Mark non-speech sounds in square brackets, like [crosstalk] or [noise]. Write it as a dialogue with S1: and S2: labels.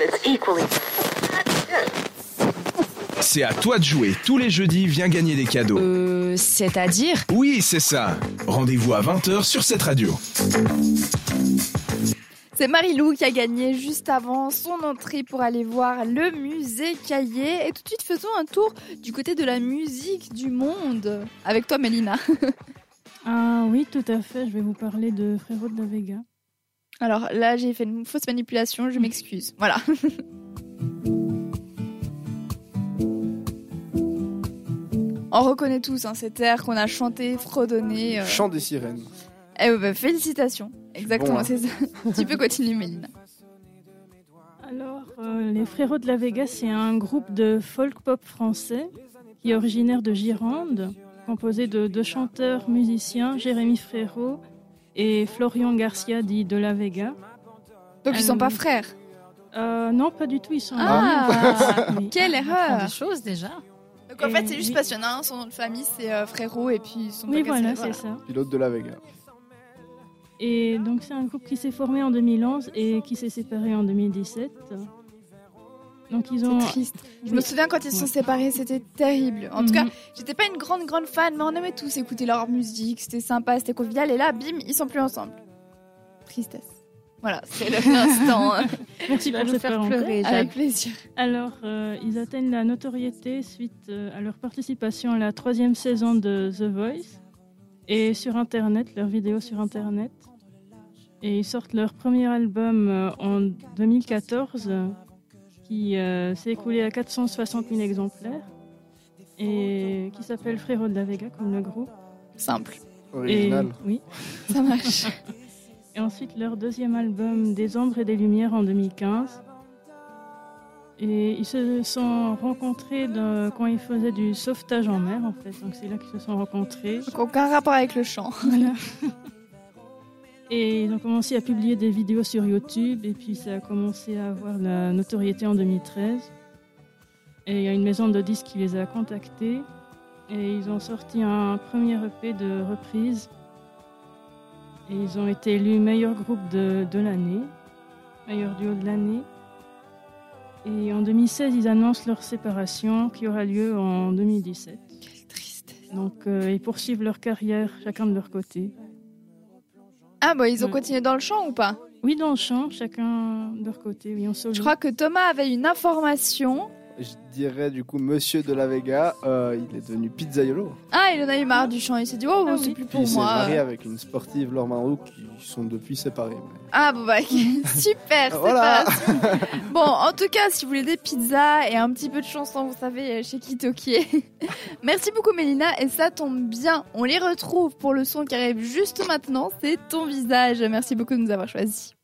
S1: that's equally.
S2: C'est à toi de jouer. Tous les jeudis, viens gagner des cadeaux.
S3: Euh, c'est-à-dire
S2: Oui, c'est ça. Rendez-vous à 20h sur cette radio.
S4: [laughs] C'est Marie-Lou qui a gagné juste avant son entrée pour aller voir le musée Caillé. Et tout de suite, faisons un tour du côté de la musique du monde. Avec toi, Mélina.
S5: Ah oui, tout à fait. Je vais vous parler de Frérot de la Vega.
S4: [laughs] Alors là, j'ai fait une fausse manipulation, je m'excuse. Voilà. [laughs] On reconnaît tous hein, cet air qu'on a chanté, fredonné. euh.
S6: Chant des sirènes.
S4: Eh ben, félicitations. Exactement,
S6: hein.
S4: c'est ça. [laughs] tu peux continuer, Mélina.
S5: Alors, euh, les Frérots de la Vega, c'est un groupe de folk pop français qui est originaire de Gironde, composé de deux chanteurs musiciens, Jérémy Frérot et Florian Garcia dit de la Vega.
S4: Donc ils sont pas frères.
S5: Euh, non, pas du tout, ils sont
S4: Ah, [laughs]
S5: Oui.
S4: Quelle
S7: Font des
S4: erreur
S7: choses déjà.
S4: Donc en fait, c'est juste
S5: Oui.
S4: parce qu'il y en a un, son nom de famille, c'est euh, Frérot, et puis son
S5: Oui,
S4: père,
S5: voilà,
S4: voilà.
S5: c'est ça.
S6: Pilote de la Vega.
S5: Et donc c'est un groupe qui s'est formé en 2011 et qui s'est séparé en 2017. Donc ils ont...
S4: C'est triste. Je me souviens quand ils se sont séparés, c'était terrible. En tout
S5: Mm. Mhm.
S4: cas, j'étais pas une grande, grande fan, mais on aimait tous écouter leur musique, c'était sympa, c'était convivial, et là, bim, ils sont plus ensemble. Tristesse. Voilà, c'est
S5: [laughs]
S4: le- l'instant. hein.
S5: merci pour cette parenthèse.
S4: Avec plaisir.
S5: Alors, euh, ils atteignent la notoriété suite euh, à leur participation à la troisième saison de The Voice et sur Internet, leurs vidéos sur Internet. Et ils sortent leur premier album euh, en 2014 euh, qui euh, s'est écoulé à 460 000 exemplaires et qui s'appelle Frérot de la Vega comme le groupe.
S4: Simple.
S5: Et,
S6: Original.
S5: oui.
S4: Ça marche.
S5: Et ensuite leur deuxième album Des ombres et des lumières en 2015. Et ils se sont rencontrés dans- quand ils faisaient du sauvetage en mer en fait. Donc c'est là qu'ils se sont rencontrés.
S4: Donc aucun rapport avec le chant. [laughs]
S5: Et ils ont commencé à publier des vidéos sur YouTube et puis ça a commencé à avoir la notoriété en 2013. Et il y a une maison de disques qui les a contactés et ils ont sorti un premier EP de reprise. Et ils ont été élus meilleur groupe de, de l'année, meilleur duo de l'année. Et en 2016, ils annoncent leur séparation qui aura lieu en 2017.
S4: Quelle tristesse.
S5: Donc euh, ils poursuivent leur carrière chacun de leur côté.
S4: Ah bah ils ont
S5: Ouais.
S4: continué dans le chant ou pas
S5: Oui, dans le champ, chacun de leur côté, oui, en solo.
S4: Je crois que Thomas avait une information.
S6: Je dirais du coup Monsieur de la Vega, euh, il est devenu pizzaiolo.
S4: Ah, il en a eu marre du chant. Il s'est dit, oh,
S5: Ah
S4: bon, c'est
S5: oui.
S4: plus
S6: Puis il
S4: pour
S6: s'est
S4: moi. euh,
S6: marié avec une sportive Laure Manroux qui sont depuis séparés.
S4: Ah bon bah super, c'est
S6: Voilà.
S4: pas- Bon, en tout cas, si vous voulez des pizzas et un petit peu de chanson, vous savez euh, chez qui toquer. [laughs] Merci beaucoup Mélina et ça tombe bien. On les retrouve pour le son qui arrive juste maintenant, c'est ton visage. Merci beaucoup de nous avoir choisis.